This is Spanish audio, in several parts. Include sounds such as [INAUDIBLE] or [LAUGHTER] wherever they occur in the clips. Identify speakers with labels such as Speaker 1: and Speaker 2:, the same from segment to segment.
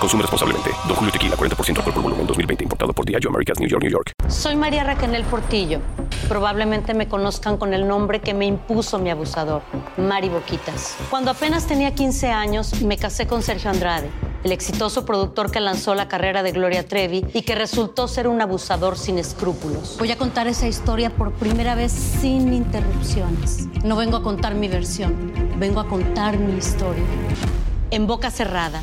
Speaker 1: Consume responsablemente. Don Julio Tequila, 40% alcohol por volumen, 2020. Importado por Diageo Americas, New York, New York.
Speaker 2: Soy María Raquel Portillo. Probablemente me conozcan con el nombre que me impuso mi abusador, Mari Boquitas. Cuando apenas tenía 15 años, me casé con Sergio Andrade, el exitoso productor que lanzó la carrera de Gloria Trevi y que resultó ser un abusador sin escrúpulos. Voy a contar esa historia por primera vez sin interrupciones. No vengo a contar mi versión, vengo a contar mi historia. En boca cerrada.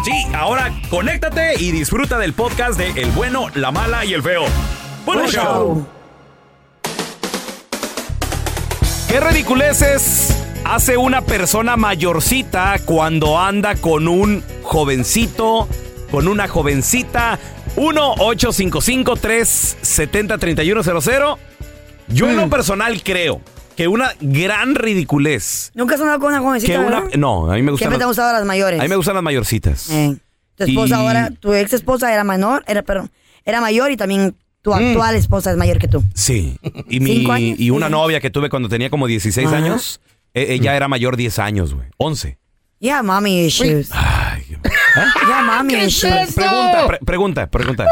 Speaker 3: Sí, ahora conéctate y disfruta del podcast de El bueno, la mala y el feo. ¡Buen show! ¿Qué ridiculeces hace una persona mayorcita cuando anda con un jovencito, con una jovencita? 1-855-370-3100. Yo en lo personal creo que una gran ridiculez.
Speaker 4: Nunca has andado con una jovencita,
Speaker 3: Que una,
Speaker 4: ¿verdad?
Speaker 3: no, a mí me gustan
Speaker 4: Siempre te han
Speaker 3: las-
Speaker 4: gustado las mayores.
Speaker 3: a mí me gustan las mayorcitas.
Speaker 4: Eh, tu esposa
Speaker 3: Y-
Speaker 4: ahora, tu ex esposa era menor, era, perdón, era mayor y también
Speaker 3: Mm.
Speaker 4: tu actual esposa es mayor que tú.
Speaker 3: Sí. Y, mi,
Speaker 4: ¿Cinco años?
Speaker 3: y una novia que tuve cuando tenía como 16
Speaker 4: Ajá.
Speaker 3: años, e- ella era mayor 10 años, güey. 11.
Speaker 4: Yeah, mommy issues.
Speaker 3: ¿Eh?
Speaker 4: Yeah, mommy issues.
Speaker 3: Pregunta, pre- pregunta, pregunta.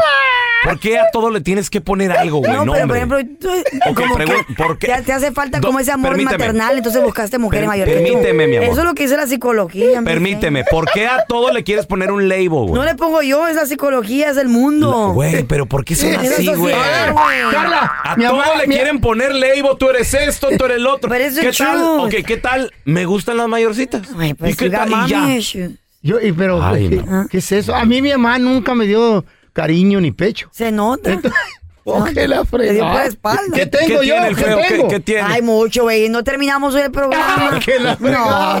Speaker 3: ¿Por qué a todo le tienes que poner algo, güey?
Speaker 4: No, pero por
Speaker 3: hombre.
Speaker 4: ejemplo, tú- como que
Speaker 3: pregun- ¿por qué?
Speaker 4: Te, te hace falta
Speaker 3: Do-
Speaker 4: como ese amor
Speaker 3: permíteme.
Speaker 4: maternal, entonces buscaste mujeres
Speaker 3: Per-
Speaker 4: mayores que tú.
Speaker 3: permíteme, mi amor.
Speaker 4: Eso es lo que dice la psicología. mi
Speaker 3: Permíteme, ¿por qué a todo le quieres poner un label,
Speaker 4: rey. No
Speaker 3: güey?
Speaker 4: le pongo yo, es la psicología, es el mundo.
Speaker 3: Güey, pero ¿por qué son
Speaker 4: Es la
Speaker 3: así, güey?
Speaker 4: sociedad, güey.
Speaker 5: Carla,
Speaker 3: A
Speaker 5: mi
Speaker 3: todo
Speaker 5: amor,
Speaker 3: le
Speaker 5: mi-
Speaker 3: quieren poner label, tú eres esto, tú eres el otro.
Speaker 4: Pero es the
Speaker 3: ¿Qué tal?
Speaker 4: truth.
Speaker 3: Ok, ¿qué tal? Me gustan las mayorcitas.
Speaker 4: Ay, pues,
Speaker 3: ¿Y qué
Speaker 4: you got
Speaker 3: tal? Y ya.
Speaker 4: mommy issues.
Speaker 5: Yo, y pero,
Speaker 3: Ay,
Speaker 5: ¿qué,
Speaker 3: no.
Speaker 5: qué es eso? A mí mi mamá nunca me dio cariño ni pecho.
Speaker 4: Se nota. [LAUGHS]
Speaker 5: [LAUGHS] Oh, qué
Speaker 4: Te Ah, dio
Speaker 5: la
Speaker 4: por la
Speaker 5: fregada.
Speaker 4: espalda.
Speaker 5: ¿Qué
Speaker 3: ¿Qué
Speaker 5: tengo yo?
Speaker 3: tiene el
Speaker 5: ¿Qué
Speaker 3: feo? ¿Qué-
Speaker 5: tengo?
Speaker 3: ¿Qué tiene?
Speaker 4: Hay mucho, güey. No terminamos hoy el
Speaker 5: [LAUGHS]
Speaker 4: programa.
Speaker 5: Ah, que la fregada.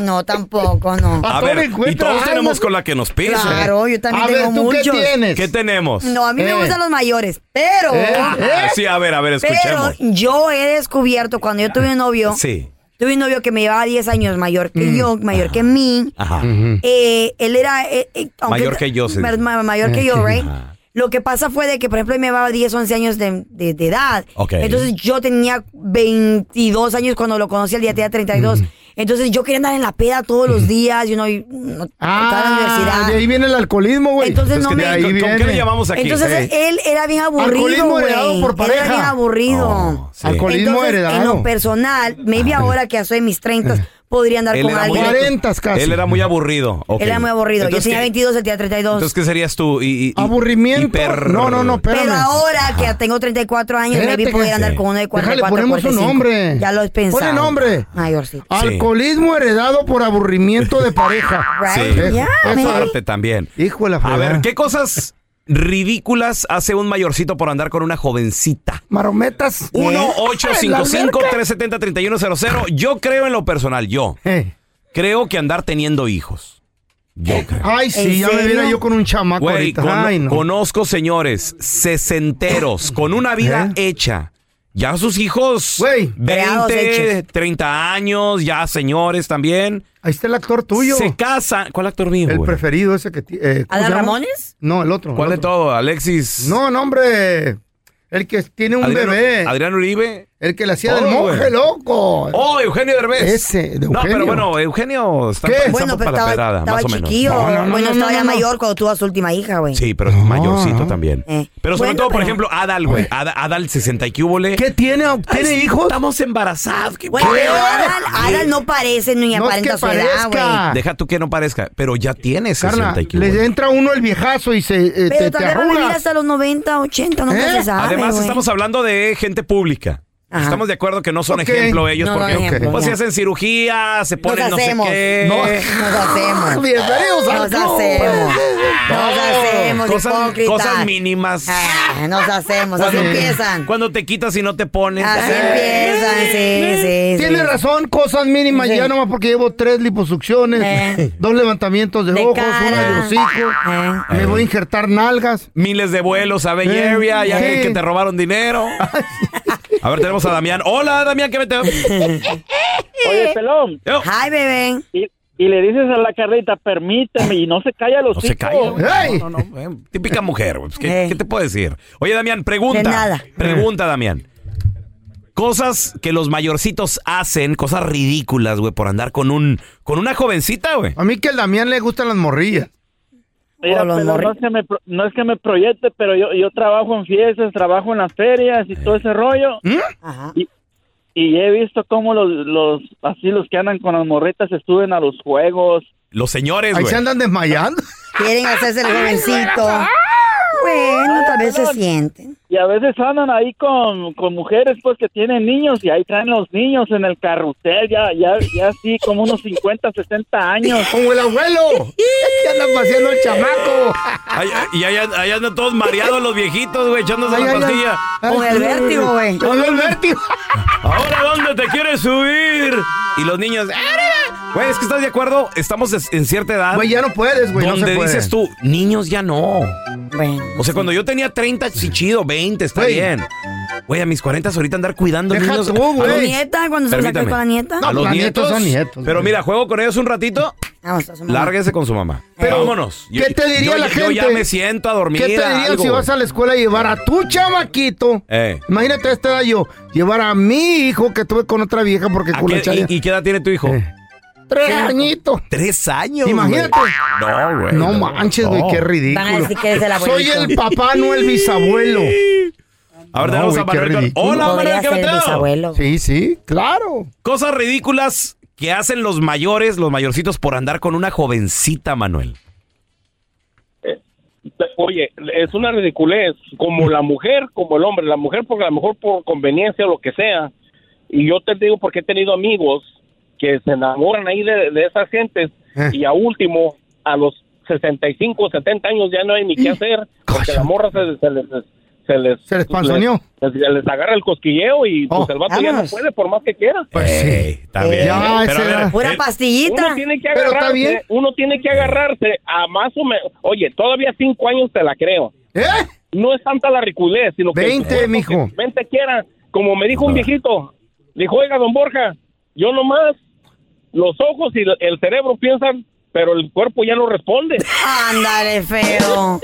Speaker 4: no, no, tampoco, no.
Speaker 5: Ah,
Speaker 3: A
Speaker 5: todo le
Speaker 3: ver, y
Speaker 5: encuentra
Speaker 3: todos
Speaker 5: algo.
Speaker 3: tenemos con la que nos pisa.
Speaker 4: Claro, yo también
Speaker 5: A ver,
Speaker 4: tengo
Speaker 5: ¿tú
Speaker 4: muchos.
Speaker 5: qué tienes?
Speaker 3: ¿Qué tenemos?
Speaker 4: No, a mí me
Speaker 5: Eh.
Speaker 4: gustan los mayores, pero,
Speaker 5: Eh, eh.
Speaker 3: Ah, Sí, a ver, a ver,
Speaker 4: pero
Speaker 3: escuchemos.
Speaker 4: yo he descubierto cuando yo tuve un novio,
Speaker 3: Sí. Mm.
Speaker 4: tuve un novio que me llevaba 10 años mayor que yo, mayor que mí.
Speaker 3: Ajá.
Speaker 4: Eh, él era eh, eh, aunque-
Speaker 3: Mayor que yo, se
Speaker 4: ma-
Speaker 3: dice. Ah.
Speaker 4: ma- mayor que
Speaker 5: [LAUGHS]
Speaker 4: yo, right?
Speaker 3: Ajá.
Speaker 4: Lo que pasa fue de que, por ejemplo, él me llevaba 10, 11 años de, de- de edad.
Speaker 3: Ok.
Speaker 4: Entonces yo tenía 22 años cuando lo conocí, el día tenía 32. Entonces yo quería andar en la peda todos los días, you know, y, no, estaba en la
Speaker 5: Ah,
Speaker 4: universidad.
Speaker 5: de ahí viene el alcoholismo, güey.
Speaker 4: Entonces
Speaker 5: Es
Speaker 4: no
Speaker 5: que
Speaker 4: me-
Speaker 5: de
Speaker 3: ¿Con,
Speaker 5: ahí
Speaker 3: con qué
Speaker 5: viene.
Speaker 3: le llamamos aquí?
Speaker 4: Entonces
Speaker 3: Sí.
Speaker 4: él era bien aburrido,
Speaker 5: Alcoholismo
Speaker 4: güey.
Speaker 5: heredado por
Speaker 4: Él era
Speaker 5: pareja.
Speaker 4: bien aburrido.
Speaker 3: Oh, sí.
Speaker 5: Alcoholismo eh,
Speaker 4: Entonces,
Speaker 5: heredado.
Speaker 3: Ah,
Speaker 4: En lo personal, maybe ahora que ya soy en mis 30, podría andar con alguien.
Speaker 3: Él era muy aburrido. ok.
Speaker 4: Él era muy aburrido.
Speaker 3: Entonces, eh,
Speaker 4: yo tenía
Speaker 3: ¿qué-
Speaker 4: 22, él tenía 32.
Speaker 3: Entonces, ¿qué serías tú? Y, y- y-
Speaker 5: Aburrimiento.
Speaker 3: hiper-
Speaker 5: No, no, no, espérame.
Speaker 4: Pero ahora que tengo 34 años,
Speaker 5: Espérate,
Speaker 4: maybe pudiera
Speaker 5: que-
Speaker 4: andar con uno de 44,
Speaker 5: Déjale, ponemos un
Speaker 4: 45.
Speaker 5: nombre.
Speaker 4: Ya lo he pensado.
Speaker 5: Ponle nombre.
Speaker 4: Mayorcito.
Speaker 5: Alcoholismo heredado por aburrimiento
Speaker 3: [LAUGHS]
Speaker 5: de pareja.
Speaker 3: Sí.
Speaker 4: Right? Yeah,
Speaker 3: Esa
Speaker 4: man.
Speaker 3: parte también.
Speaker 5: Hijo de la
Speaker 3: A
Speaker 5: fregada.
Speaker 3: ver, ¿qué cosas ridículas hace un mayorcito por andar con una jovencita?
Speaker 5: Marometas.
Speaker 3: cero. Yo creo en lo personal, yo.
Speaker 5: Eh.
Speaker 3: Creo que andar teniendo hijos. Yo creo.
Speaker 5: Ay,
Speaker 4: ¿En
Speaker 5: sí, ya me
Speaker 4: serio?
Speaker 5: viera yo con un chamaco
Speaker 3: Güey,
Speaker 5: ahorita.
Speaker 3: cono-
Speaker 5: Ay, no.
Speaker 3: conozco señores sesenteros con una vida hecha. Ya sus hijos,
Speaker 5: Eh. Güey.
Speaker 3: 20,
Speaker 4: Creados,
Speaker 3: 30 años, ya señores también.
Speaker 5: Ahí está el actor tuyo.
Speaker 3: Se casan. ¿Cuál actor mío?
Speaker 5: el
Speaker 3: güey?
Speaker 5: preferido ese que. ti- Eh, ¿cómo
Speaker 4: ¿Adán
Speaker 5: se llama?
Speaker 4: Ramones?
Speaker 5: No, el otro.
Speaker 3: ¿Cuál
Speaker 5: el
Speaker 3: de
Speaker 5: otro.
Speaker 3: todo? Alexis.
Speaker 5: No, no, hombre. El que tiene un
Speaker 3: Adrián-
Speaker 5: bebé.
Speaker 3: Adrián Uribe.
Speaker 5: El que le hacía
Speaker 3: Oh,
Speaker 5: del monje,
Speaker 3: güey.
Speaker 5: loco.
Speaker 3: Oh, Eugenio Derbez.
Speaker 5: Ese, de
Speaker 3: No, pero
Speaker 5: Eugenio.
Speaker 3: bueno, Eugenio está,
Speaker 5: ¿Qué?
Speaker 3: está
Speaker 4: Bueno, pero
Speaker 3: para
Speaker 4: estaba,
Speaker 3: la pedrada,
Speaker 4: estaba
Speaker 3: más o menos.
Speaker 4: chiquillo.
Speaker 5: No, no, no,
Speaker 4: bueno,
Speaker 5: no,
Speaker 4: estaba
Speaker 5: no,
Speaker 4: ya
Speaker 5: no.
Speaker 4: mayor cuando tuvo a su última hija, güey.
Speaker 3: Sí, pero es mayorcito
Speaker 5: no.
Speaker 3: también.
Speaker 4: Eh.
Speaker 3: Pero sobre
Speaker 4: Bueno,
Speaker 3: todo, por
Speaker 4: pero-
Speaker 3: ejemplo, Adal, güey. Ada- Adal 60 y cúbole.
Speaker 5: ¿Qué tiene? ¿Tiene hijos?
Speaker 3: Estamos embarazados. ¿Qué
Speaker 4: Bueno,
Speaker 3: pedo?
Speaker 4: pero Adal, Adal no parece ni
Speaker 5: No es
Speaker 4: aparenta
Speaker 5: que
Speaker 4: su edad, güey.
Speaker 5: parezca.
Speaker 3: Deja tú que no parezca, pero ya tiene 60
Speaker 5: Carla,
Speaker 3: y cúbole.
Speaker 5: le entra uno el viejazo y se eh, te,
Speaker 4: Pero
Speaker 5: te
Speaker 4: tal vez va a vivir
Speaker 5: arruga.
Speaker 4: hasta los 90, 80, nunca
Speaker 5: ¿Eh?
Speaker 4: se pues sabe,
Speaker 3: Además,
Speaker 4: güey.
Speaker 3: estamos hablando de gente pública.
Speaker 4: Ajá.
Speaker 3: Estamos de acuerdo que no son
Speaker 5: Ok.
Speaker 3: ejemplo ellos
Speaker 4: No, no,
Speaker 3: porque
Speaker 4: ejemplo,
Speaker 3: pues,
Speaker 4: ya.
Speaker 3: si hacen cirugía, se
Speaker 4: Nos
Speaker 3: ponen no sé
Speaker 4: hacemos.
Speaker 3: qué.
Speaker 4: [LAUGHS] Nos
Speaker 5: [LAUGHS]
Speaker 4: hacemos.
Speaker 5: Bienvenidos al
Speaker 4: Nos
Speaker 5: club.
Speaker 4: hacemos. Nos
Speaker 3: No.
Speaker 4: hacemos,
Speaker 3: cosas,
Speaker 4: hipócritas.
Speaker 3: cosas mínimas.
Speaker 4: Ah, nos hacemos. Así
Speaker 3: Cuando-
Speaker 4: empiezan.
Speaker 3: Cuando te quitas y no te pones. Eh,
Speaker 4: Así empiezan, sí, sí, Ah, sí.
Speaker 5: Tiene razón, cosas mínimas.
Speaker 4: Sí.
Speaker 5: Ya nomás porque llevo tres liposucciones,
Speaker 4: Eh.
Speaker 5: [LAUGHS] dos levantamientos de,
Speaker 4: De
Speaker 5: ojos,
Speaker 4: cara.
Speaker 5: una de hocico.
Speaker 4: Eh.
Speaker 5: Me voy a injertar nalgas.
Speaker 3: Miles de vuelos a Bay
Speaker 5: Eh,
Speaker 3: Area, ya
Speaker 5: sí.
Speaker 3: que- que te
Speaker 5: [LAUGHS]
Speaker 3: robaron dinero. A ver, tenemos a Damián. Hola, Damián, ¿qué me te...
Speaker 4: [LAUGHS]
Speaker 6: Oye, pelón,
Speaker 3: Yo.
Speaker 4: Ay, bebé.
Speaker 6: y, y le dices a la Carlita, permíteme, y no se calla los
Speaker 3: No Pues se calla. güey.
Speaker 5: ¡Ey!
Speaker 3: No, no, no, eh, Típica mujer. güey. Pues, ¿Qué,
Speaker 4: Ey.
Speaker 3: qué te puedo decir? Oye, Damián, pregunta.
Speaker 4: De nada.
Speaker 3: Pregunta, Damián. Cosas que los mayorcitos hacen, cosas ridículas, güey, por andar con un con una jovencita, güey.
Speaker 5: A mí que al Damián le gustan las morrillas.
Speaker 6: Mira,
Speaker 4: O los
Speaker 6: pelón, no,
Speaker 4: morri-
Speaker 6: es que me, pro- no es que me proyecte, pero yo, yo trabajo en fiestas, trabajo en las ferias y todo ese rollo.
Speaker 3: ¿Mm?
Speaker 4: Ajá.
Speaker 6: Y he visto cómo los, los, así los que andan con las morretas se suben a los juegos.
Speaker 3: Los señores,
Speaker 5: Ahí
Speaker 3: güey.
Speaker 5: se andan desmayando.
Speaker 4: Quieren hacerse el jovencito. Bueno, tal vez se sienten.
Speaker 6: Y a veces andan ahí con, con mujeres pues que tienen niños y ahí traen los niños en el carrusel, ya, ya, ya así como unos 50, 60 años.
Speaker 5: [LAUGHS] Como el
Speaker 6: [LAUGHS]
Speaker 5: abuelo. que andan paseando el chamaco. [LAUGHS]
Speaker 3: Ay, ay, y ahí an- ahí andan todos mareados los viejitos, güey, echándose
Speaker 5: Ay,
Speaker 3: la
Speaker 5: ay, ay.
Speaker 3: pastilla.
Speaker 4: Con el vértigo, güey.
Speaker 5: Con el vértigo.
Speaker 3: ¿Ahora dónde te quieres subir? Y los niños... "Ahora". Güey, es que estás de acuerdo, estamos es- en cierta edad.
Speaker 5: Güey, ya no puedes, güey. No
Speaker 3: donde
Speaker 5: se puede.
Speaker 3: dices tú, niños ya no.
Speaker 4: Bueno.
Speaker 3: O sea, cuando yo tenía 30, sí, chido, 20, está
Speaker 5: Güey.
Speaker 3: bien. Güey, a mis 40 ahorita andar cuidando
Speaker 5: Deja
Speaker 3: niños.
Speaker 5: tú,
Speaker 4: ¿Tu
Speaker 5: güey.
Speaker 4: nieta? Cuando se saca
Speaker 3: Permítame.
Speaker 4: con la nieta.
Speaker 3: a los
Speaker 5: Los nietos
Speaker 3: nietos.
Speaker 5: son nietos,
Speaker 3: pero
Speaker 5: güey.
Speaker 3: mira, juego con ellos un ratito,
Speaker 4: Vamos, a su mamá.
Speaker 3: lárguese con su mamá.
Speaker 5: Pero,
Speaker 3: Vámonos. Yo-
Speaker 5: Eh, ¿Qué te diría
Speaker 3: yo-
Speaker 5: la
Speaker 3: yo
Speaker 5: gente?
Speaker 3: ya me siento a dormir.
Speaker 5: ¿Qué te
Speaker 3: a
Speaker 5: diría
Speaker 3: algo,
Speaker 5: si vas a la escuela a llevar a tu chamaquito?
Speaker 3: Eh.
Speaker 5: Imagínate a esta edad yo, llevar a mi hijo que tuve con otra vieja porque
Speaker 3: ¿A
Speaker 5: con
Speaker 3: qué- y, y qué edad tiene tu hijo?
Speaker 5: Eh. Tres añitos.
Speaker 3: Tres años.
Speaker 5: Imagínate.
Speaker 3: güey. No, güey.
Speaker 5: No manches, güey,
Speaker 3: no.
Speaker 5: qué
Speaker 4: Van a
Speaker 5: ridículo.
Speaker 4: decir que es el abuelito.
Speaker 5: Soy el papá, no el bisabuelo.
Speaker 3: A
Speaker 5: No,
Speaker 3: ver, tenemos a
Speaker 5: güey, qué
Speaker 3: Manuel con-
Speaker 5: ridículo.
Speaker 3: Hola, Manuel,
Speaker 4: Podría
Speaker 3: ¿qué
Speaker 4: ser el
Speaker 3: meteo?
Speaker 4: bisabuelo.
Speaker 5: Sí, sí, claro.
Speaker 3: Cosas ridículas que hacen los mayores, los mayorcitos, por andar con una jovencita, Manuel.
Speaker 7: Oye, es una ridiculez, como la mujer, como el hombre, la mujer porque a lo mejor por conveniencia o lo que sea, y yo te digo porque he tenido amigos que se enamoran ahí de, de esas gentes
Speaker 5: Eh.
Speaker 7: y a último, a los 65, 70 años ya no hay ni qué hacer, porque la morra se, se les... Se les,
Speaker 5: Se les panzoneó.
Speaker 7: Les, se les agarra el cosquilleo y pues,
Speaker 5: Oh.
Speaker 7: el vato ya no
Speaker 4: Vámonos.
Speaker 7: puede por más que quiera.
Speaker 5: Pues sí.
Speaker 3: Ey, está
Speaker 4: Eh,
Speaker 3: bien.
Speaker 5: ya,
Speaker 3: Pero a
Speaker 5: esa
Speaker 3: ver,
Speaker 5: edad.
Speaker 4: Pura
Speaker 3: eh,
Speaker 4: pastillita.
Speaker 7: Uno tiene que
Speaker 5: Pero está
Speaker 7: agarrarse,
Speaker 5: bien.
Speaker 7: uno tiene que agarrarse a más o menos, oye, todavía cinco años te la creo.
Speaker 5: ¿Eh?
Speaker 7: no es tanta la ridiculez, sino que
Speaker 5: 20,
Speaker 7: tu cuerpo
Speaker 5: mijo.
Speaker 7: que mente quiera, como me
Speaker 3: Ah.
Speaker 7: dijo un viejito, dijo, oiga, don Borja, yo nomás los ojos y el cerebro piensan, pero el cuerpo ya no responde.
Speaker 4: Ándale, feo.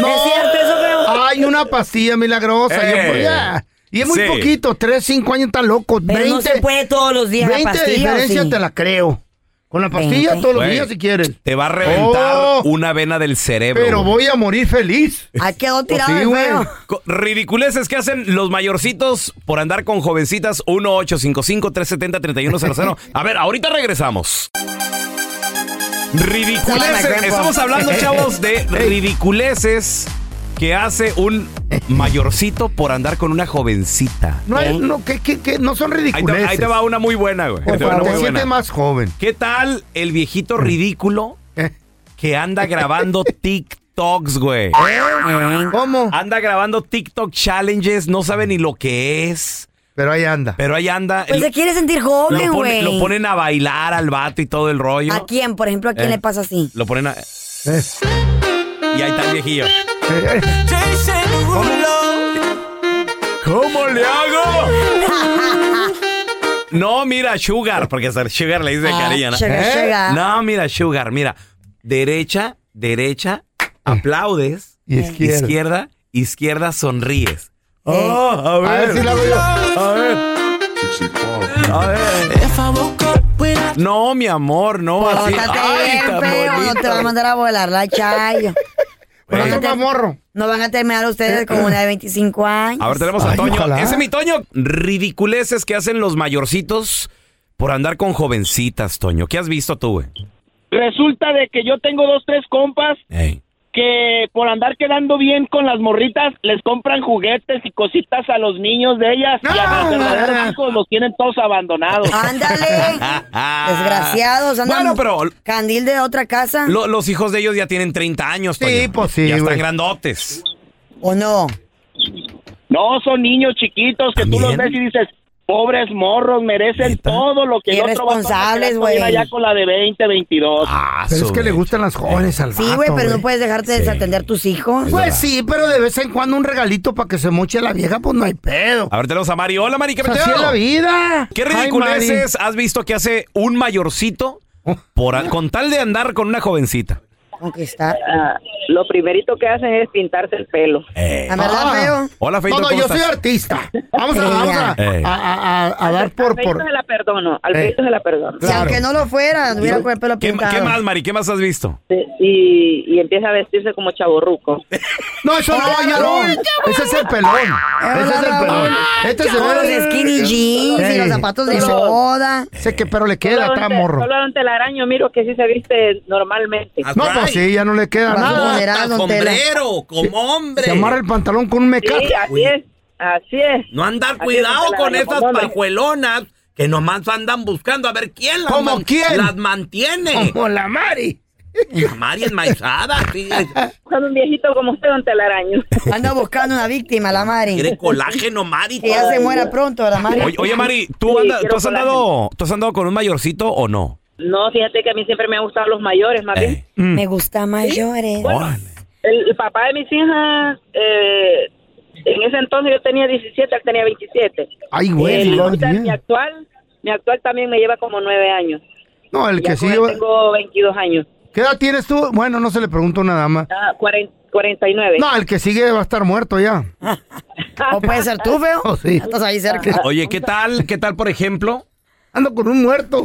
Speaker 5: No.
Speaker 4: ¿Es cierto eso, feo?
Speaker 5: Hay una pastilla milagrosa.
Speaker 3: Eh.
Speaker 5: yo- ya. Y es muy
Speaker 3: Sí.
Speaker 5: poquito, 3, 5 años está loco.
Speaker 4: Pero
Speaker 5: 20,
Speaker 4: no se puede todos los días la
Speaker 5: 20 de
Speaker 4: pastilla, ¿o
Speaker 5: diferencia
Speaker 4: sí?
Speaker 5: te la creo. Con la pastilla todos los
Speaker 3: Güey,
Speaker 5: días si quieres.
Speaker 3: Te va a reventar
Speaker 5: Oh.
Speaker 3: una vena del cerebro.
Speaker 5: Pero
Speaker 3: güey.
Speaker 5: voy a morir feliz. Pues
Speaker 4: Ahí quedó tirado
Speaker 5: sí,
Speaker 4: el
Speaker 5: güey.
Speaker 4: feo.
Speaker 3: Co- Ridiculeces que hacen los mayorcitos por andar con jovencitas 1-855-370-3100. A ver, ahorita regresamos. Ridiculeces. Estamos
Speaker 5: [LAUGHS]
Speaker 3: hablando, chavos, de ridiculeces que hace un mayorcito por andar con una jovencita.
Speaker 5: No, hay- no, que, que- que no son
Speaker 3: Ahí te,
Speaker 5: ridiculeces.
Speaker 3: ahí te va una muy buena, güey. Ahí
Speaker 5: Por
Speaker 3: te va
Speaker 5: favor,
Speaker 3: una
Speaker 5: te
Speaker 3: muy
Speaker 5: sientes
Speaker 3: buena.
Speaker 5: más joven.
Speaker 3: ¿Qué tal el viejito ridículo que
Speaker 5: [LAUGHS]
Speaker 3: anda grabando TikToks, güey?
Speaker 5: Eh, ¿Cómo?
Speaker 3: Anda grabando TikTok challenges, no sabe ni lo que es.
Speaker 5: Pero ahí anda.
Speaker 3: Pero ahí anda.
Speaker 4: Pues
Speaker 3: Lo-
Speaker 4: se quiere sentir
Speaker 3: lo,
Speaker 4: joven,
Speaker 3: pone-
Speaker 4: güey.
Speaker 3: lo ponen a bailar al vato y todo el rollo.
Speaker 4: ¿A quién, por ejemplo, a quién
Speaker 3: Eh.
Speaker 4: le pasa así?
Speaker 3: Lo ponen a.
Speaker 5: Eh.
Speaker 3: Y ahí está el viejillo. ¿Cómo le hago?
Speaker 5: [LAUGHS]
Speaker 3: No, mira, Sugar, porque hasta Sugar le dice
Speaker 4: Ah,
Speaker 3: cariño. ¿no?
Speaker 4: Sugar,
Speaker 3: ¿Eh?
Speaker 4: Sugar.
Speaker 3: No, mira, Sugar, mira. Derecha, derecha, aplaudes.
Speaker 5: Y izquierda.
Speaker 3: Izquierda, izquierda, sonríes. Oh, a ver.
Speaker 5: A ver si la hago yo.
Speaker 3: A ver. A ver. No, mi amor, no. así.
Speaker 4: Pórtate
Speaker 3: Ay,
Speaker 4: bien,
Speaker 3: tan
Speaker 4: feo.
Speaker 3: bonito.
Speaker 4: Te va a mandar a volar la
Speaker 3: [LAUGHS]
Speaker 4: chayo.
Speaker 5: Pero no más morro.
Speaker 4: No van a terminar ustedes como una de 25 años.
Speaker 3: A ver, tenemos a
Speaker 5: Ay,
Speaker 3: Toño.
Speaker 5: ojalá.
Speaker 3: Ese es mi Toño. Ridiculeces que hacen los mayorcitos por andar con jovencitas, Toño. ¿Qué has visto tú, güey?
Speaker 8: Resulta de que yo tengo dos, tres compas
Speaker 3: Ey.
Speaker 8: que por andar quedando bien con las morritas les compran juguetes y cositas a los niños de ellas y a los
Speaker 5: No,
Speaker 8: verdaderos
Speaker 5: no.
Speaker 8: hijos los tienen todos abandonados.
Speaker 4: Ándale. Desgraciados. Andan
Speaker 3: Bueno, pero
Speaker 4: Candil de otra casa.
Speaker 3: lo- los hijos de ellos ya tienen 30 años,
Speaker 5: Sí,
Speaker 3: Toño.
Speaker 5: pues sí,
Speaker 3: Ya están
Speaker 5: güey.
Speaker 3: grandotes.
Speaker 4: ¿O no?
Speaker 8: [LAUGHS] No, son niños chiquitos que tú los
Speaker 3: ¿También?
Speaker 8: ves y dices, pobres morros, merecen
Speaker 3: ¿Neta?
Speaker 8: todo lo que el otro vato está
Speaker 4: Irresponsables,
Speaker 8: quedando bien
Speaker 4: güey.
Speaker 8: allá con la de 20, 22.
Speaker 3: Ah,
Speaker 5: Pero es
Speaker 3: su
Speaker 5: que le
Speaker 3: mecha.
Speaker 5: gustan las jóvenes al
Speaker 4: Sí, güey,
Speaker 5: vato,
Speaker 4: pero no puedes dejarte de desatender tus hijos.
Speaker 5: Pues sí, pero de vez en cuando un regalito para que se moche la vieja, pues no hay pedo.
Speaker 3: A ver, tenemos a Mari. Hola, Mari, ¿qué
Speaker 5: O sea,
Speaker 3: peteo?
Speaker 5: Así es la vida.
Speaker 3: ¿Qué
Speaker 5: Ay,
Speaker 3: ridiculeces has visto que hace un mayorcito por, a- con tal de andar con una jovencita?
Speaker 4: Conquistar.
Speaker 9: Ah, Lo primerito que hacen es pintarse el pelo.
Speaker 4: ¿A verdad,
Speaker 5: Ah.
Speaker 4: feo?
Speaker 3: Eh. Hola,
Speaker 5: Mari.
Speaker 3: Feito,
Speaker 5: No, no,
Speaker 3: ¿cómo
Speaker 5: yo
Speaker 3: estás? Eh.
Speaker 5: soy artista. Vamos a,
Speaker 4: Sí,
Speaker 5: vamos a,
Speaker 3: ya.
Speaker 5: a- a- a- a dar por...
Speaker 9: Al
Speaker 5: por...
Speaker 9: peito se la perdono, al
Speaker 5: Eh.
Speaker 9: peito se la perdono.
Speaker 4: Si aunque no lo fuera, hubiera con el pelo
Speaker 3: ¿Qué,
Speaker 4: pintado.
Speaker 3: qué más, Mari? ¿Qué más has visto?
Speaker 9: Sí, Y, y empieza a vestirse como chaborruco.
Speaker 5: [LAUGHS] No, eso no, yo no. Ese es el pelón.
Speaker 4: Eh,
Speaker 5: Ese es el pelón. Este se
Speaker 4: Con
Speaker 5: ve...
Speaker 4: los skinny jeans y
Speaker 5: Ey.
Speaker 4: los zapatos de
Speaker 9: Solo-
Speaker 4: moda.
Speaker 5: Sé que pero le queda, está
Speaker 9: donde-
Speaker 5: morro.
Speaker 9: solo don telaraño miro que sí se viste normalmente.
Speaker 5: No, pues sí, ya no le queda
Speaker 4: Vas a
Speaker 5: nada.
Speaker 4: poner a don Tela.
Speaker 3: como hombre.
Speaker 5: Se amarra el pantalón con un mecate.
Speaker 9: Sí, así es, así es.
Speaker 3: No andar
Speaker 9: Así cuidado es, don con Tela, esas respóndame.
Speaker 3: pajuelonas que nomás andan buscando a ver quién
Speaker 5: las ¿Cómo man- quién? las
Speaker 3: mantiene.
Speaker 5: Como la Mari.
Speaker 4: [LAUGHS]
Speaker 3: Mari enmaizada,
Speaker 9: [LAUGHS] Buscando un viejito como usted, don telaraño.
Speaker 4: Anda buscando una víctima, la Mari.
Speaker 3: colágeno, Mari.
Speaker 4: [LAUGHS] Que ya se muera pronto, la Mari.
Speaker 3: Oye,
Speaker 4: [LAUGHS]
Speaker 3: oye, Mari, ¿tú,
Speaker 9: Sí,
Speaker 3: anda-
Speaker 9: quiero
Speaker 3: ¿tú, has andado, ¿tú has andado con un mayorcito o no?
Speaker 9: No, fíjate que a mí siempre me han gustado los mayores, más bien.
Speaker 3: Eh,
Speaker 4: Me gusta mayores.
Speaker 3: órale.
Speaker 9: El, el papá de mis hijas, eh, en ese entonces yo tenía 17, él tenía 27.
Speaker 5: Ay, güey.
Speaker 9: El-
Speaker 5: no,
Speaker 9: ahorita mi
Speaker 5: bien.
Speaker 9: actual, mi actual también me lleva como nueve años.
Speaker 5: No, el
Speaker 9: Ya
Speaker 5: que sí.
Speaker 9: con él
Speaker 5: yo-
Speaker 9: tengo 22 años.
Speaker 5: ¿Qué edad tienes tú? Bueno, no se le pregunta a una dama.
Speaker 9: Ah, cuaren- 49. [LAUGHS]
Speaker 5: No, el que sigue va a estar muerto ya.
Speaker 4: O puede ser tú, feo.
Speaker 5: Oh, sí.
Speaker 4: Estás ahí cerca.
Speaker 3: Oye, ¿qué tal, qué tal,
Speaker 5: [LAUGHS]
Speaker 3: por ejemplo?
Speaker 5: Ando con un muerto.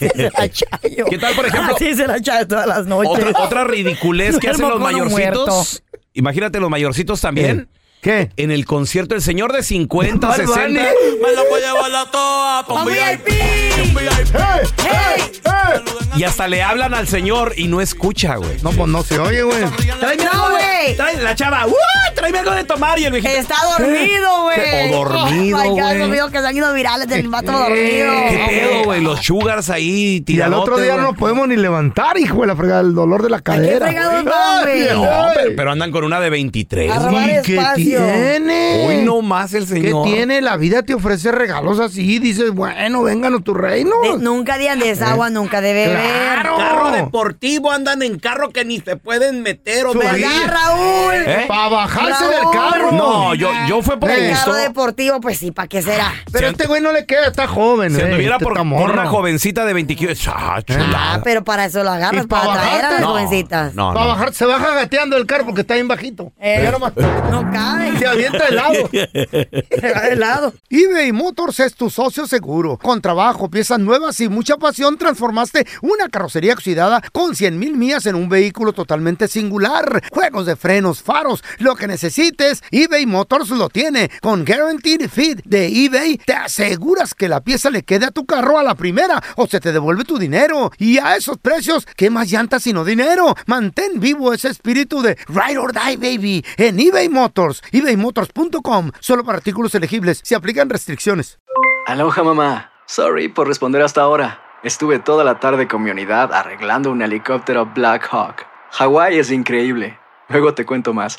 Speaker 3: ¿Qué tal, por ejemplo?
Speaker 4: Así se la chayo todas las noches.
Speaker 3: Otra, otra ridiculez que hacen
Speaker 4: Duermo
Speaker 3: los
Speaker 4: con un
Speaker 3: mayorcitos. Imagínate los mayorcitos también.
Speaker 5: ¿Qué?
Speaker 3: En el concierto, el señor de 50,
Speaker 5: Bad
Speaker 3: 60.
Speaker 5: Bunny.
Speaker 3: Me la voy a llevar la toa pa' un
Speaker 4: ¡Con
Speaker 3: VIP.
Speaker 4: VIP!
Speaker 5: ¡Eh!
Speaker 4: ¡Hey!
Speaker 5: ¡Eh!
Speaker 3: Y hasta le hablan al señor y no escucha, güey.
Speaker 5: No, pues no se oye, güey.
Speaker 3: Tráeme
Speaker 4: No,
Speaker 3: algo de-
Speaker 4: güey.
Speaker 3: trae- la chava, ¡uh! Tráeme algo de tomar y el viejito.
Speaker 4: Está dormido, güey.
Speaker 3: O dormido,
Speaker 4: Oh my God,
Speaker 3: güey.
Speaker 4: los videos que se han ido virales del vato dormido.
Speaker 3: ¿Qué pedo, güey? Los sugars ahí
Speaker 5: Y al
Speaker 3: tirados.
Speaker 5: otro día no nos podemos ni levantar, hijo de la fregada, el dolor de la cadera.
Speaker 4: fregados van,
Speaker 5: Ay,
Speaker 4: güey?
Speaker 5: ay.
Speaker 3: pero, pero andan con una de 23.
Speaker 4: A
Speaker 3: güey.
Speaker 4: robar
Speaker 5: ¿Y qué
Speaker 4: espacio.
Speaker 5: tiene?
Speaker 3: Hoy no más el
Speaker 5: ¿Qué
Speaker 3: señor.
Speaker 5: tiene? La vida te ofrece regalos así. Dices, bueno, vénganos tu reino.
Speaker 4: De- nunca digan
Speaker 3: eh?
Speaker 4: desagua, nunca de beber.
Speaker 5: Claro.
Speaker 3: deportivo, andan en carro que ni se pueden meter o
Speaker 5: Subir.
Speaker 4: ¿Verdad, Raúl?
Speaker 3: ¿Eh?
Speaker 5: Para bajarse
Speaker 4: Raúl.
Speaker 5: del carro.
Speaker 3: No, yo, yo fue por
Speaker 5: Eh.
Speaker 4: Un
Speaker 3: gusto.
Speaker 4: Carro deportivo, pues sí, ¿para qué será?
Speaker 5: Pero
Speaker 3: Si
Speaker 5: este güey no le queda, está joven.
Speaker 3: Si
Speaker 5: eh,
Speaker 3: anduviera
Speaker 5: este
Speaker 3: por,
Speaker 5: está
Speaker 3: por
Speaker 5: morro.
Speaker 3: una jovencita de 20 kilos. Ah, chulada.
Speaker 4: Ah, pero para eso lo agarras,
Speaker 5: ¿Y pa'
Speaker 4: para atraer a las
Speaker 5: bajarte?
Speaker 4: jovencitas.
Speaker 3: No,
Speaker 5: Para
Speaker 3: no.
Speaker 5: bajar, se baja gateando el carro porque está bien bajito.
Speaker 4: Eh.
Speaker 5: Ya nomás-
Speaker 4: No cabe. sabe.
Speaker 5: Te avienta el agua.
Speaker 6: [LAUGHS]
Speaker 5: helado. eBay Motors es tu socio seguro. Con trabajo, piezas nuevas y mucha pasión, transformaste una carrocería oxidada con 100 mil millas en un vehículo totalmente singular. Juegos de frenos, faros, lo que necesites, eBay Motors lo tiene. Con Guaranteed Fit de eBay, te aseguras que la pieza le quede a tu carro a la primera o se te devuelve tu dinero. Y a esos precios, ¿qué más llantas sino dinero? Mantén vivo ese espíritu de Ride or Die, baby, en eBay Motors. ebaymotors.com, solo para artículos elegibles. Se aplican restricciones.
Speaker 10: Aloha mamá. Sorry por responder hasta ahora. Estuve toda la tarde con mi unidad arreglando un helicóptero Black Hawk. Hawái es increíble. Luego te cuento más.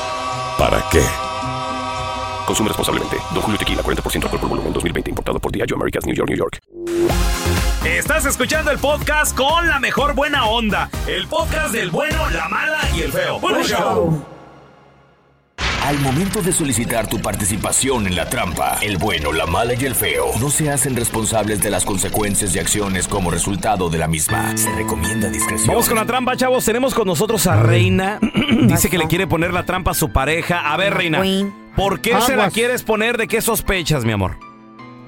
Speaker 11: ¿para qué?
Speaker 12: Consume responsablemente. Don Julio Tequila 40% alcohol por volumen 2020 importado por Diageo Americas New York New York.
Speaker 13: Estás escuchando el podcast con la mejor buena onda. El podcast del bueno, la mala y el feo. Bueno, show.
Speaker 14: Al momento de solicitar tu participación en la trampa, el bueno, la mala y el feo no se hacen responsables de las consecuencias y acciones como resultado de la misma. Se recomienda discreción.
Speaker 13: Vamos con la trampa, chavos. Tenemos con nosotros a
Speaker 5: [CLEARS THROAT]
Speaker 13: Reina. Dice que le quiere poner la trampa a su pareja. A ver, Reina, ¿por qué se la
Speaker 15: Aguas.
Speaker 13: quieres poner? ¿De qué sospechas, mi amor?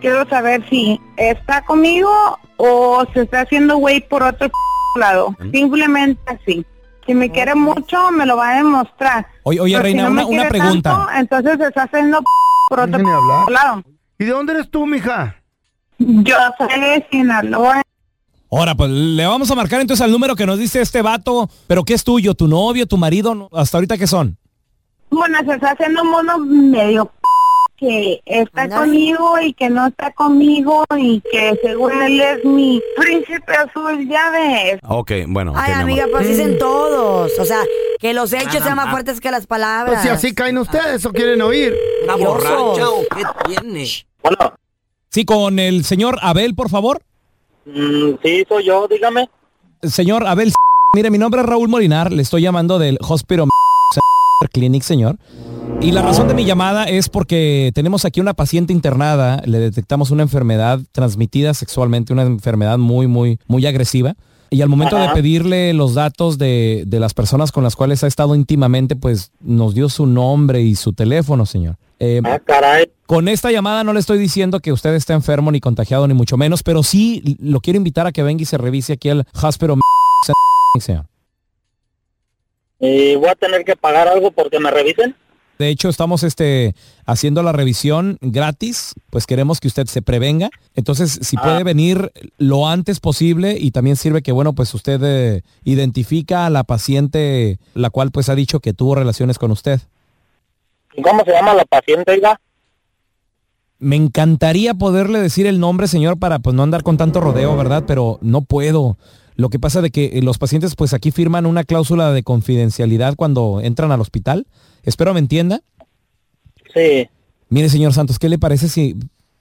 Speaker 15: Quiero saber si está conmigo o se está haciendo güey por otro [LAUGHS] p- lado.
Speaker 5: ¿Mm?
Speaker 15: Simplemente así. Si
Speaker 5: Ah,
Speaker 15: me quiere mucho, me lo va a demostrar.
Speaker 3: Oye, oye,
Speaker 15: Pero si
Speaker 3: Reina,
Speaker 15: no me
Speaker 3: una- una
Speaker 15: quiere
Speaker 3: pregunta.
Speaker 15: tanto, entonces se está haciendo [LAUGHS] p- por otro
Speaker 5: Déjeme
Speaker 15: p-
Speaker 5: hablar.
Speaker 15: lado.
Speaker 5: ¿Y de dónde eres tú, mija?
Speaker 15: Yo soy de Sinaloa.
Speaker 3: Ahora, pues le vamos a marcar entonces al número que nos dice este vato. ¿Pero qué es tuyo? ¿Tu novio? ¿Tu marido? No- ¿Hasta ahorita qué son?
Speaker 15: Bueno, se está haciendo un mono medio p- que está conmigo y que no está conmigo y que según él es mi príncipe azul, ya ves.
Speaker 13: Ah, Ok, bueno. ok,
Speaker 4: Ay,
Speaker 13: mi amor.
Speaker 4: amiga, pues
Speaker 5: Mm.
Speaker 4: dicen todos. O sea, que los
Speaker 3: Ah,
Speaker 4: hechos
Speaker 13: Nada
Speaker 4: sean más
Speaker 13: más.
Speaker 4: fuertes que las palabras.
Speaker 5: Pues si así caen ustedes o quieren oír.
Speaker 4: Está borracha o
Speaker 5: qué tiene?
Speaker 3: Sí, con el señor Abel, por favor.
Speaker 16: Mm, sí, soy yo, dígame.
Speaker 3: Señor Abel, s- mire, mi nombre es Raúl Molinar, le estoy llamando del Hospital Clinic, señor. Y la razón de mi llamada es porque tenemos aquí una paciente internada, le detectamos una enfermedad transmitida sexualmente, una enfermedad muy, muy, muy agresiva. Y al momento de
Speaker 17: Ajá.
Speaker 3: pedirle los datos de, de las personas con las cuales ha estado íntimamente, pues nos dio su nombre y su teléfono, señor. Eh, Con esta llamada no le estoy diciendo que usted está enfermo ni contagiado ni mucho menos, pero sí lo quiero invitar a que venga y se revise aquí el Hospital señor.
Speaker 16: ¿Y voy a tener que pagar algo porque me revisen?
Speaker 3: De hecho, estamos este, haciendo la revisión gratis, pues queremos que usted se prevenga. Entonces, si puede venir lo antes posible y también sirve que, bueno, pues usted eh, identifica a la paciente, la cual pues ha dicho que tuvo relaciones con usted.
Speaker 16: ¿Y cómo se llama la paciente, oiga?
Speaker 3: Me encantaría poderle decir el nombre, señor, para pues no andar con tanto rodeo, ¿verdad? Pero no puedo. Lo que pasa de que eh, los pacientes pues aquí firman una cláusula de confidencialidad cuando entran al hospital. Espero me entienda.
Speaker 16: Sí.
Speaker 3: Mire, señor Santos, ¿qué le parece si,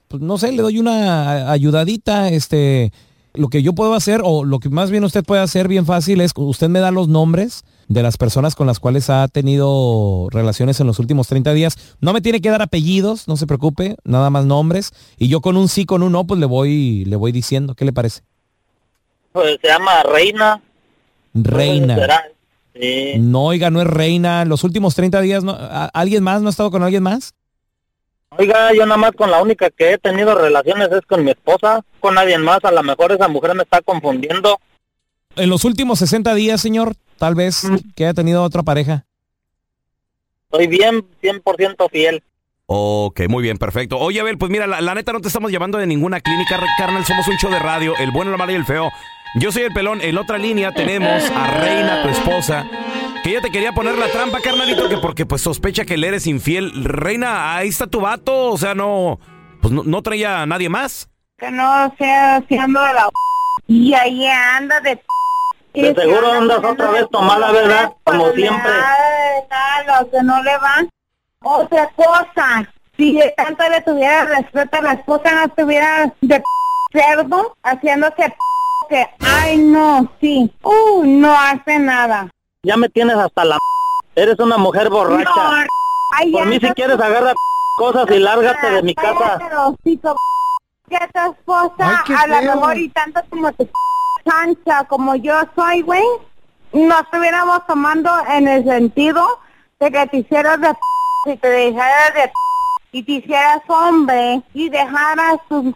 Speaker 3: pues, no sé, le doy una a- ayudadita? Este, lo que yo puedo hacer, o lo que más bien usted puede hacer bien fácil es, usted me da los nombres de las personas con las cuales ha tenido relaciones en los últimos 30 días. No me tiene que dar apellidos, no se preocupe, nada más nombres. Y yo con un sí, con un no, pues le voy, le voy diciendo. ¿Qué le parece?
Speaker 16: Pues se llama Reina.
Speaker 3: Reina.
Speaker 16: ¿Será? Sí.
Speaker 3: No, oiga, no es reina. En los últimos 30 días, no- ¿a- ¿alguien más? ¿No ha estado con alguien más?
Speaker 16: Oiga, yo nada más con la única que he tenido relaciones es con mi esposa, con nadie más. A lo mejor esa mujer me está confundiendo.
Speaker 3: En los últimos 60 días, señor, tal vez
Speaker 16: Mm.
Speaker 3: que haya tenido otra pareja.
Speaker 16: Soy bien, 100% fiel.
Speaker 13: Ok, muy bien, perfecto. Oye, Abel, pues mira, la, la neta no te estamos llamando de ninguna clínica, re- carnal. Somos un show de radio, el bueno, la mala y el feo. Yo soy el pelón. En la otra línea tenemos a Reina, tu esposa, que ella te quería poner la trampa, carnalito, que porque pues sospecha que le eres infiel. Reina, ahí está tu vato, o sea, no, pues no, no traía a nadie más.
Speaker 15: que no sea haciendo de la y ahí anda de
Speaker 16: De seguro andas otra vez tomada, ¿verdad? Como siempre.
Speaker 15: nada, de nada, o sea, no le va Otra cosa, si de tanto le tuviera respeto a la esposa, no estuviera de p- cerdo haciéndose p- que, ay no, sí, uh, no hace nada.
Speaker 16: Ya me tienes hasta la... m- Eres una mujer borracha.
Speaker 15: No, r- ay,
Speaker 16: Por
Speaker 15: ya
Speaker 16: mí si
Speaker 15: no-
Speaker 16: quieres agarra p- cosas y lárgate de mi casa.
Speaker 15: Cállate, hocico, p- que tu esposa a lo
Speaker 16: feo.
Speaker 15: mejor y tanto como tu p- chancha como yo soy, güey, no estuviéramos tomando en el sentido de que te hicieras de p- y te dejaras de p- y te hicieras hombre y dejaras tus p-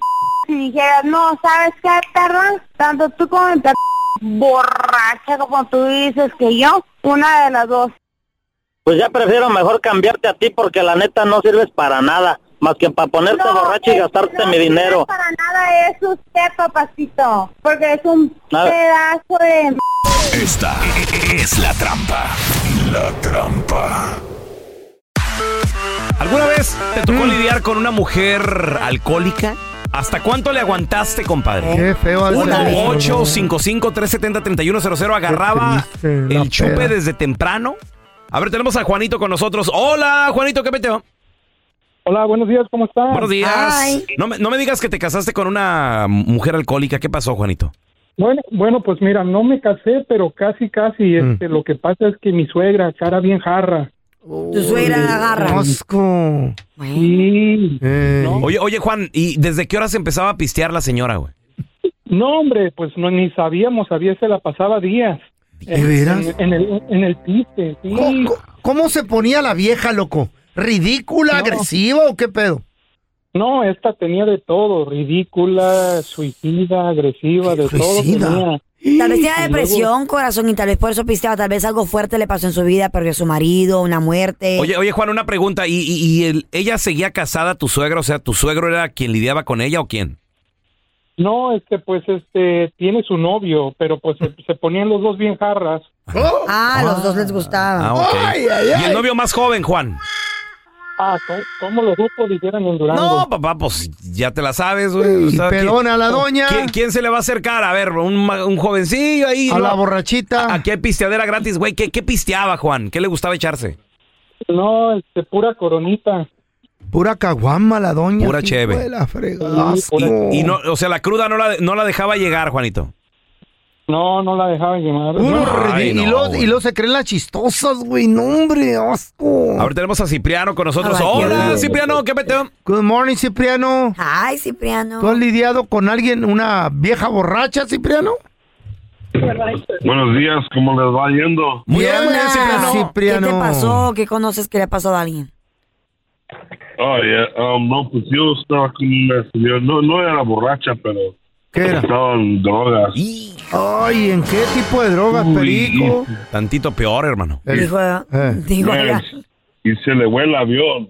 Speaker 15: y dijeras, no, ¿sabes qué, perra? Tanto tú como esta p- borracha como tú dices que yo, una de las dos.
Speaker 16: Pues ya prefiero mejor cambiarte a ti porque la neta no sirves para nada. Más que para ponerte
Speaker 15: No,
Speaker 16: borracha y
Speaker 15: es-
Speaker 16: gastarte
Speaker 15: no
Speaker 16: mi
Speaker 15: sirve
Speaker 16: dinero.
Speaker 15: Para nada es usted, papacito, porque es un
Speaker 16: Nada.
Speaker 15: pedazo de... m-
Speaker 14: Esta es la trampa. La trampa.
Speaker 3: ¿Alguna vez te tocó
Speaker 5: Mm.
Speaker 3: lidiar con una mujer alcohólica? ¿Hasta cuánto le aguantaste, compadre?
Speaker 5: Qué feo ha de ser eso,
Speaker 3: 1-855-370-3100 agarraba
Speaker 5: Qué triste, la
Speaker 3: el chupe
Speaker 5: peda.
Speaker 3: desde temprano. A ver, tenemos a Juanito con nosotros. Hola, Juanito, ¿qué peteo?
Speaker 17: Hola, buenos días, ¿cómo están?
Speaker 3: Buenos días. No me, no me digas que te casaste con una mujer alcohólica. ¿Qué pasó, Juanito?
Speaker 17: Bueno, bueno, pues mira, no me casé, pero casi, casi.
Speaker 5: Mm.
Speaker 17: Este, Lo que pasa es que mi suegra, cara bien jarra.
Speaker 4: Tu suegra la agarra.
Speaker 5: Asco.
Speaker 17: Sí. ¿no?
Speaker 3: Oye, oye, Juan, ¿y desde qué hora se empezaba a pistear la señora, güey?
Speaker 17: No, hombre, pues no, ni sabíamos, había se la pasaba días. ¿De
Speaker 5: veras?
Speaker 17: En, en el, en el piste, sí.
Speaker 5: ¿Cómo, cómo se ponía la vieja, loco? ¿Ridícula,
Speaker 17: No.
Speaker 5: agresiva o qué pedo?
Speaker 17: No, esta tenía de todo, ridícula, suicida, agresiva, de
Speaker 5: Suicida.
Speaker 17: todo tenía.
Speaker 4: Tal vez tenía
Speaker 17: Y luego-
Speaker 4: depresión, corazón, y tal vez por eso pisteaba. Tal vez algo fuerte le pasó en su vida, perdió a su marido, una muerte.
Speaker 3: Oye, oye, Juan, una pregunta. ¿Y, y- y el- ella seguía casada, tu suegra? O sea, ¿tu suegro era quien lidiaba con ella o quién?
Speaker 17: No, este, pues, este, tiene su novio, pero pues se, se ponían los dos bien jarras.
Speaker 4: Ah, los dos les gustaba.
Speaker 3: Ah, ok. ¿Y el novio más joven, Juan?
Speaker 17: Ah, ¿cómo, cómo los grupos dijeron en Durango?
Speaker 3: No, papá, pues ya te la sabes, güey. O sea,
Speaker 5: pelona la doña.
Speaker 3: ¿quién, quién se le va a acercar? A ver, un, ma- un jovencillo ahí.
Speaker 5: A la
Speaker 3: borrachita. Aquí hay pisteadera gratis, güey. ¿Qué, ¿Qué pisteaba, Juan? ¿Qué le gustaba echarse?
Speaker 17: No, este, pura coronita.
Speaker 5: Pura caguama la doña.
Speaker 3: Pura
Speaker 5: hijo de
Speaker 3: cheve.
Speaker 5: la fregada.
Speaker 17: pues,
Speaker 5: Asco.
Speaker 3: Y, y no, o sea, la cruda no la, no la dejaba llegar, Juanito.
Speaker 17: No, no la dejaban llamar.
Speaker 5: Puro
Speaker 3: Ay,
Speaker 5: ridi-
Speaker 3: no,
Speaker 5: y, los,
Speaker 3: güey.
Speaker 5: y los se creen las chistosas, güey. No, hombre, asco.
Speaker 3: Ahora tenemos a Cipriano con nosotros.
Speaker 5: Ah,
Speaker 3: Hola,
Speaker 5: vaya.
Speaker 3: Cipriano, ¿qué peteo?
Speaker 5: Good morning, Cipriano.
Speaker 4: Ay, Cipriano.
Speaker 5: ¿Tú has lidiado con alguien, una vieja borracha, Cipriano?
Speaker 18: Buenos días, ¿cómo les va yendo?
Speaker 4: Diana,
Speaker 5: Ah, Cipriano.
Speaker 4: ¿Qué te pasó? ¿Qué conoces que le ha pasado a alguien?
Speaker 18: Oh, yeah, um, no, pues yo estaba con una señora, no, no era borracha, pero estaban drogas.
Speaker 5: Ay, ¿en qué tipo de drogas, perico?
Speaker 3: Tantito peor, hermano.
Speaker 5: Eh,
Speaker 4: Dijo, dijo,
Speaker 18: Yes, y se le fue el avión.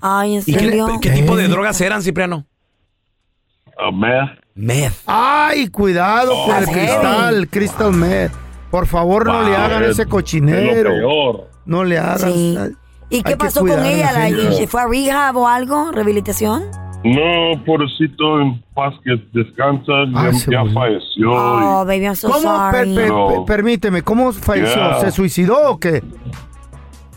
Speaker 4: ay, ¿en
Speaker 3: ¿Y qué,
Speaker 4: serio?
Speaker 3: qué tipo
Speaker 5: ¿Eh?
Speaker 3: de drogas eran, Cipriano?
Speaker 18: A meth.
Speaker 3: Meth.
Speaker 5: Ay, cuidado
Speaker 18: Oh,
Speaker 5: con el
Speaker 3: sí.
Speaker 5: cristal, cristal med. Por favor, no
Speaker 18: Wow.
Speaker 5: le hagan
Speaker 18: Es-
Speaker 5: ese
Speaker 18: es lo
Speaker 5: cochinero.
Speaker 18: peor.
Speaker 5: No le hagan.
Speaker 4: Sí.
Speaker 5: Ay,
Speaker 4: ¿Y
Speaker 5: hay
Speaker 4: qué
Speaker 5: que
Speaker 4: pasó
Speaker 5: cuidar
Speaker 4: con
Speaker 5: a
Speaker 4: ella? ¿La-
Speaker 5: gente.
Speaker 4: ¿Fue a rehab o algo? ¿Rehabilitación?
Speaker 18: No, pobrecito, en paz que descansa, ya, ya falleció.
Speaker 4: Oh,
Speaker 18: y-
Speaker 4: baby, I'm so
Speaker 5: ¿Cómo? Per-
Speaker 4: sorry.
Speaker 5: per-
Speaker 18: No.
Speaker 5: per- permíteme, ¿cómo falleció?
Speaker 18: Yeah.
Speaker 5: ¿Se suicidó o qué?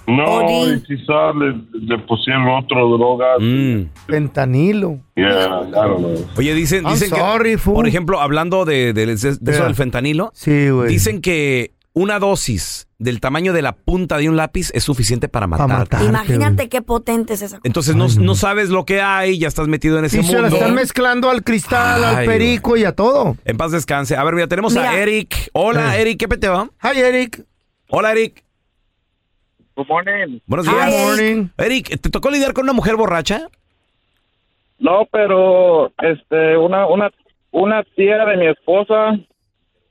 Speaker 18: no,
Speaker 5: Odi.
Speaker 18: y quizás le, le pusieron otro droga.
Speaker 3: Mm.
Speaker 5: Fentanilo.
Speaker 18: Yeah, I don't know.
Speaker 3: Oye, dicen,
Speaker 5: I'm
Speaker 3: dicen
Speaker 5: sorry,
Speaker 3: que,
Speaker 5: fool.
Speaker 3: por ejemplo, hablando de, de- de- de eso
Speaker 5: Yeah.
Speaker 3: del fentanilo, dicen que una dosis del tamaño de la punta de un lápiz es suficiente para matarte.
Speaker 4: Imagínate qué potente es esa cosa.
Speaker 3: Entonces no, no sabes lo que hay, ya estás metido en ese
Speaker 5: Y se la
Speaker 3: mundo.
Speaker 5: están mezclando al cristal, al
Speaker 3: Ay,
Speaker 5: perico y a todo.
Speaker 3: En paz descanse. A ver, mira, tenemos a
Speaker 5: Mira.
Speaker 3: Eric. Hola,
Speaker 5: Eh.
Speaker 3: Eric, ¿qué peteo?
Speaker 5: Hi, Eric.
Speaker 3: Hola, Eric.
Speaker 19: Good morning.
Speaker 3: Buenos
Speaker 19: Hi,
Speaker 3: días.
Speaker 19: Eric.
Speaker 3: Eric. ¿te tocó lidiar con una mujer borracha?
Speaker 19: No, pero este una una una tía de mi esposa,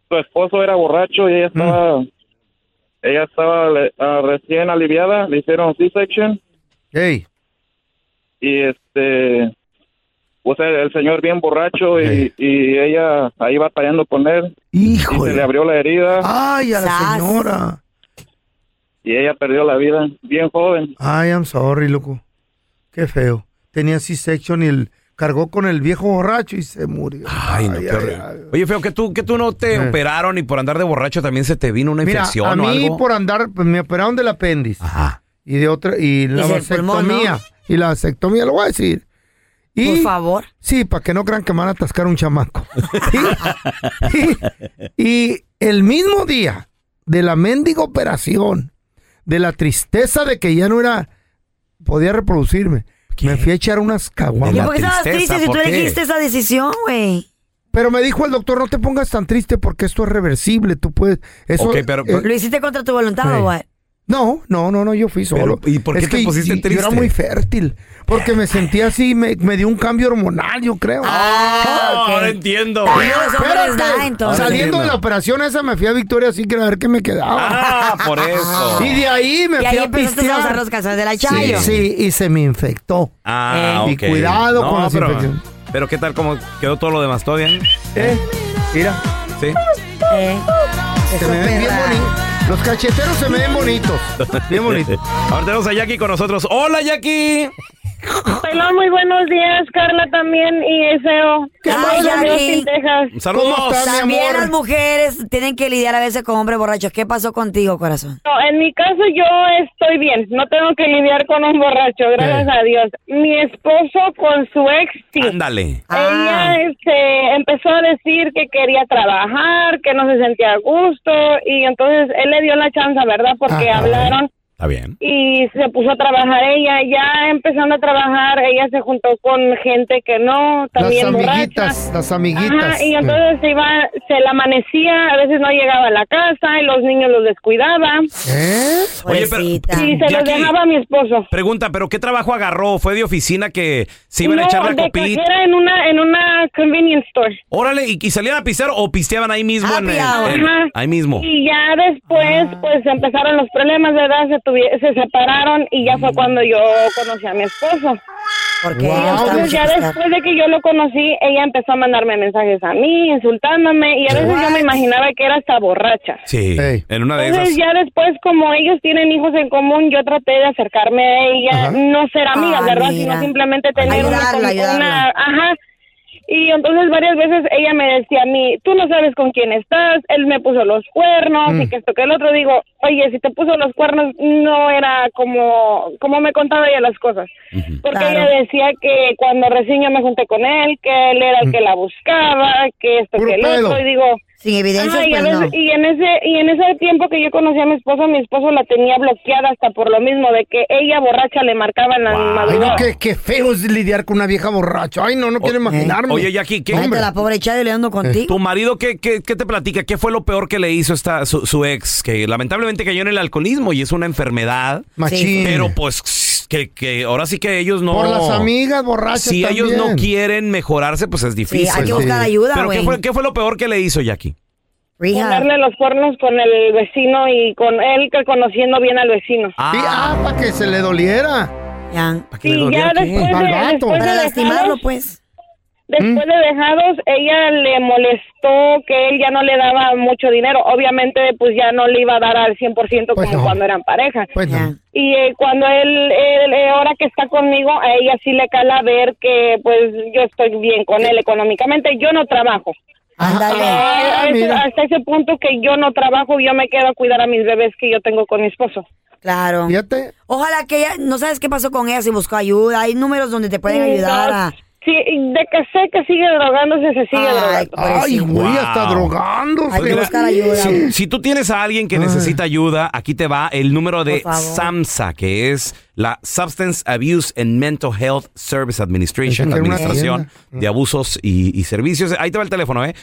Speaker 19: su esposo era borracho y ella
Speaker 3: Mm.
Speaker 19: estaba ella estaba le- ah, recién aliviada, le hicieron C-section
Speaker 5: Hey.
Speaker 19: y este o sea, el señor bien borracho y, y ella ahí batallando con él.
Speaker 5: Hijo.
Speaker 19: Se le abrió la herida
Speaker 5: Ay, a la señora.
Speaker 19: y ella perdió la vida, bien joven.
Speaker 5: Ay, I'm sorry, loco. Qué feo. Tenía C-section y el- cargó con el viejo borracho y se murió.
Speaker 3: Ay, no, qué horrible. Oye, feo, que tú, que tú no te
Speaker 5: Eh.
Speaker 3: operaron y por andar de borracho también se te vino una
Speaker 5: Mira,
Speaker 3: infección
Speaker 5: a
Speaker 3: o
Speaker 5: mí
Speaker 3: algo.
Speaker 5: por andar, pues, me operaron del apéndice. y de otra y la
Speaker 4: Es el
Speaker 5: vasectomía
Speaker 4: pulmón, ¿no?
Speaker 5: y la vasectomía lo voy a decir. Por favor. Sí, para que no crean que me van a atascar un chamaco. Y- y el mismo día de la mendiga operación, de la tristeza de que ya no era podía reproducirme, me fui a echar unas caguamas.
Speaker 4: ¿Y por qué estabas triste si tú elegiste esa decisión, güey?
Speaker 5: Pero me dijo el doctor, no te pongas tan triste porque esto es reversible, tú puedes... Eso, eh,
Speaker 3: Ok, pero- pero-
Speaker 4: ¿Lo hiciste contra tu voluntad
Speaker 5: Sí.
Speaker 4: o what?
Speaker 5: No, no, no, no, yo fui solo.
Speaker 3: Pero, ¿y por qué
Speaker 5: Es
Speaker 3: te
Speaker 5: que
Speaker 3: pusiste
Speaker 5: yo- yo
Speaker 3: triste?
Speaker 5: era muy fértil, porque me sentía así, me, me dio un cambio hormonal, yo creo.
Speaker 4: Ah,
Speaker 3: No, Ah, ahora entiendo.
Speaker 5: Espérate, Saliendo de la operación esa me fui a Victoria así que a ver qué me quedaba.
Speaker 3: Ah, por eso.
Speaker 5: Y de ahí me
Speaker 4: Y
Speaker 5: fui
Speaker 4: ahí
Speaker 5: a
Speaker 4: empezaste a usar
Speaker 5: pistear.
Speaker 4: los calzones de la
Speaker 5: Sí,
Speaker 4: Chayo.
Speaker 5: sí, y se me infectó.
Speaker 3: Ah,
Speaker 5: Y
Speaker 3: ok.
Speaker 5: cuidado
Speaker 3: No,
Speaker 5: con las
Speaker 3: pero,
Speaker 5: infecciones.
Speaker 3: pero qué tal cómo quedó todo lo demás, ¿todo bien?
Speaker 5: Eh, mira.
Speaker 3: Sí.
Speaker 4: Eh,
Speaker 5: Se me ven bien bonitos. Los cacheteros se me ven bonitos. Bien bonito.
Speaker 3: [LAUGHS] Ahora tenemos a Jackie con nosotros. ¡Hola, Jackie!
Speaker 20: Pelón, muy buenos días, Carla también y Ezeo.
Speaker 4: Ay, Jackie.
Speaker 20: Texas.
Speaker 4: También las mujeres tienen que lidiar a veces con hombres borrachos. ¿Qué pasó contigo, corazón?
Speaker 20: No, en mi caso yo estoy bien, no tengo que lidiar con un borracho, gracias a Dios. Mi esposo con su ex, sí.
Speaker 3: Ándale.
Speaker 5: Ah.
Speaker 20: Ella este, empezó a decir que quería trabajar, que no se sentía a gusto y entonces él le dio la chance, ¿verdad? Porque hablaron
Speaker 3: Está bien.
Speaker 20: y se puso a trabajar ella. Ya empezando a trabajar, ella se juntó con gente que no, también
Speaker 5: las
Speaker 20: borracha.
Speaker 5: amiguitas, las amiguitas.
Speaker 20: Ajá, y entonces se iba, se la amanecía, a veces no llegaba a la casa y los niños los descuidaba.
Speaker 5: ¿Eh?
Speaker 3: Oye, pero.
Speaker 20: Sí, se los
Speaker 3: Jackie,
Speaker 20: dejaba a mi esposo.
Speaker 3: Pregunta, ¿pero qué trabajo agarró? ¿Fue de oficina que se iban a
Speaker 20: No,
Speaker 3: echar la
Speaker 20: de
Speaker 3: copita?
Speaker 20: cajera en una, en una convenience store.
Speaker 3: Órale, ¿y, y salían a pistear o pisteaban ahí mismo?
Speaker 4: Ah,
Speaker 3: en el-
Speaker 20: Ajá.
Speaker 3: en- eh, ahí mismo.
Speaker 20: Y ya después,
Speaker 5: Ah.
Speaker 20: pues empezaron los problemas de edad, se, tuvi- se separaron y ya fue
Speaker 5: Mm.
Speaker 20: cuando yo conocí a mi esposo.
Speaker 4: Porque
Speaker 20: Entonces, ya después de que yo lo conocí, ella empezó a mandarme mensajes a mí, insultándome, y a veces yo me imaginaba que era hasta borracha.
Speaker 3: Sí, en una de esas.
Speaker 20: Entonces ya después, como ellos tienen hijos en común, yo traté de acercarme a ella,
Speaker 3: Ajá.
Speaker 20: no ser amiga,
Speaker 4: Ah,
Speaker 20: ¿verdad?
Speaker 4: mira.
Speaker 20: Sino simplemente tener una-
Speaker 4: Ayudarla,
Speaker 20: una,
Speaker 4: ayudarla.
Speaker 20: Ajá. Y entonces varias veces ella me decía a mí, tú no sabes con quién estás, él me puso los cuernos
Speaker 3: Mm.
Speaker 20: y que esto que el otro. Digo, oye, si te puso los cuernos no era como, como me contaba ella las cosas. Porque ella decía que cuando recién yo me junté con él, que él era el
Speaker 3: Mm.
Speaker 20: que la buscaba, que esto
Speaker 4: Puro
Speaker 20: que el
Speaker 4: pedo.
Speaker 20: otro. Y digo,
Speaker 4: Sin evidencias,
Speaker 20: Ay, a
Speaker 4: pues,
Speaker 20: veces-
Speaker 4: no.
Speaker 20: y en ese y en ese tiempo que yo conocí a mi esposo, mi esposo la tenía bloqueada hasta por lo mismo de que ella borracha le marcaba en la
Speaker 5: Ay, no,
Speaker 20: madrugada.
Speaker 5: qué, qué feo es lidiar con una vieja borracha. Ay, no, no quiero imaginarme.
Speaker 3: eh. Oye, Jackie, ¿qué? Eh,
Speaker 5: Hombre.
Speaker 4: La pobre Chayo lidiando contigo.
Speaker 3: ¿Tu marido qué, qué, qué te platica? ¿Qué fue lo peor que le hizo esta, su, su ex? Que lamentablemente cayó en el alcoholismo y es una enfermedad.
Speaker 5: Machín.
Speaker 3: Pero pues que, que ahora sí que ellos no...
Speaker 5: Por las amigas borrachas
Speaker 3: Si ellos
Speaker 5: también.
Speaker 3: no quieren mejorarse, pues es difícil.
Speaker 4: hay que
Speaker 3: ¿no?
Speaker 4: buscar ayuda,
Speaker 3: ¿Pero qué
Speaker 4: güey.
Speaker 3: fue, qué fue lo peor que le hizo, Jackie?
Speaker 20: Ponerle los cuernos con el vecino y con él que conociendo bien al vecino.
Speaker 5: Sí, ah, para que se le doliera.
Speaker 4: Ya.
Speaker 5: ¿Para
Speaker 20: que le Sí, ya doliera qué? después de-
Speaker 5: Al vato.
Speaker 20: después de Para lastimarlo,
Speaker 4: pues.
Speaker 20: Después de dejados, ella le molestó que él ya no le daba mucho dinero. Obviamente, pues ya no le iba a dar al 100% como cuando eran pareja. Y eh, cuando él, él, eh, ahora que está conmigo, a ella sí le cala ver que pues yo estoy bien con él económicamente. Yo no trabajo. Ah, a ese- hasta ese punto que yo no trabajo, yo me quedo a cuidar a mis bebés que yo tengo con mi esposo.
Speaker 4: Claro. Ojalá que ella, no sabes qué pasó con ella si buscó ayuda. Hay números donde te pueden
Speaker 20: Sí,
Speaker 4: ayudar
Speaker 20: no,
Speaker 4: a...
Speaker 20: Sí, de que sé que sigue drogándose, se sigue drogando.
Speaker 3: pues,
Speaker 4: Pues
Speaker 5: Ay, güey,
Speaker 3: Wow.
Speaker 5: hasta drogándose.
Speaker 3: Hay que buscar
Speaker 20: ayuda.
Speaker 3: Si, si tú tienes a alguien que necesita ayuda, aquí te va el número de
Speaker 20: Por favor.
Speaker 3: SAMHSA, que es la Substance Abuse and Mental Health Service
Speaker 5: Pensé
Speaker 3: Administration,
Speaker 5: que era una
Speaker 3: Administración de Abusos y, y Servicios. Ahí te va el teléfono, ¿eh?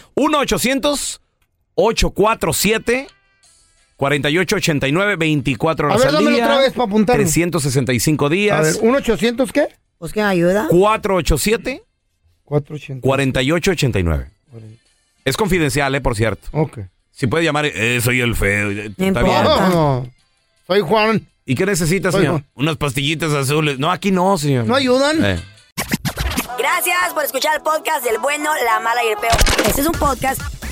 Speaker 3: 1-800-847. 4889 24 horas
Speaker 5: A ver,
Speaker 3: al
Speaker 5: dámelo
Speaker 3: día,
Speaker 5: otra vez para apuntarlo.
Speaker 3: 365 días.
Speaker 5: A ver, ¿un 800 qué?
Speaker 4: Busquen Pues ayuda.
Speaker 3: 487
Speaker 5: 480.
Speaker 3: 4889. Es confidencial, eh, por cierto.
Speaker 5: Ok.
Speaker 3: Si puede llamar, eh, soy el feo. eh,
Speaker 5: No
Speaker 3: Está bien.
Speaker 5: importa. No, Soy Juan.
Speaker 3: ¿Y qué necesitas,
Speaker 5: Soy
Speaker 3: señor?
Speaker 5: Juan.
Speaker 3: Unas pastillitas azules. No, aquí no, señor.
Speaker 5: ¿No ayudan?
Speaker 3: Eh.
Speaker 4: Gracias por escuchar el podcast del bueno, la mala y el peor. Este es un podcast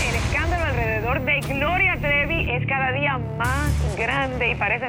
Speaker 21: El escándalo alrededor de Gloria Trevi es cada día más grande y parece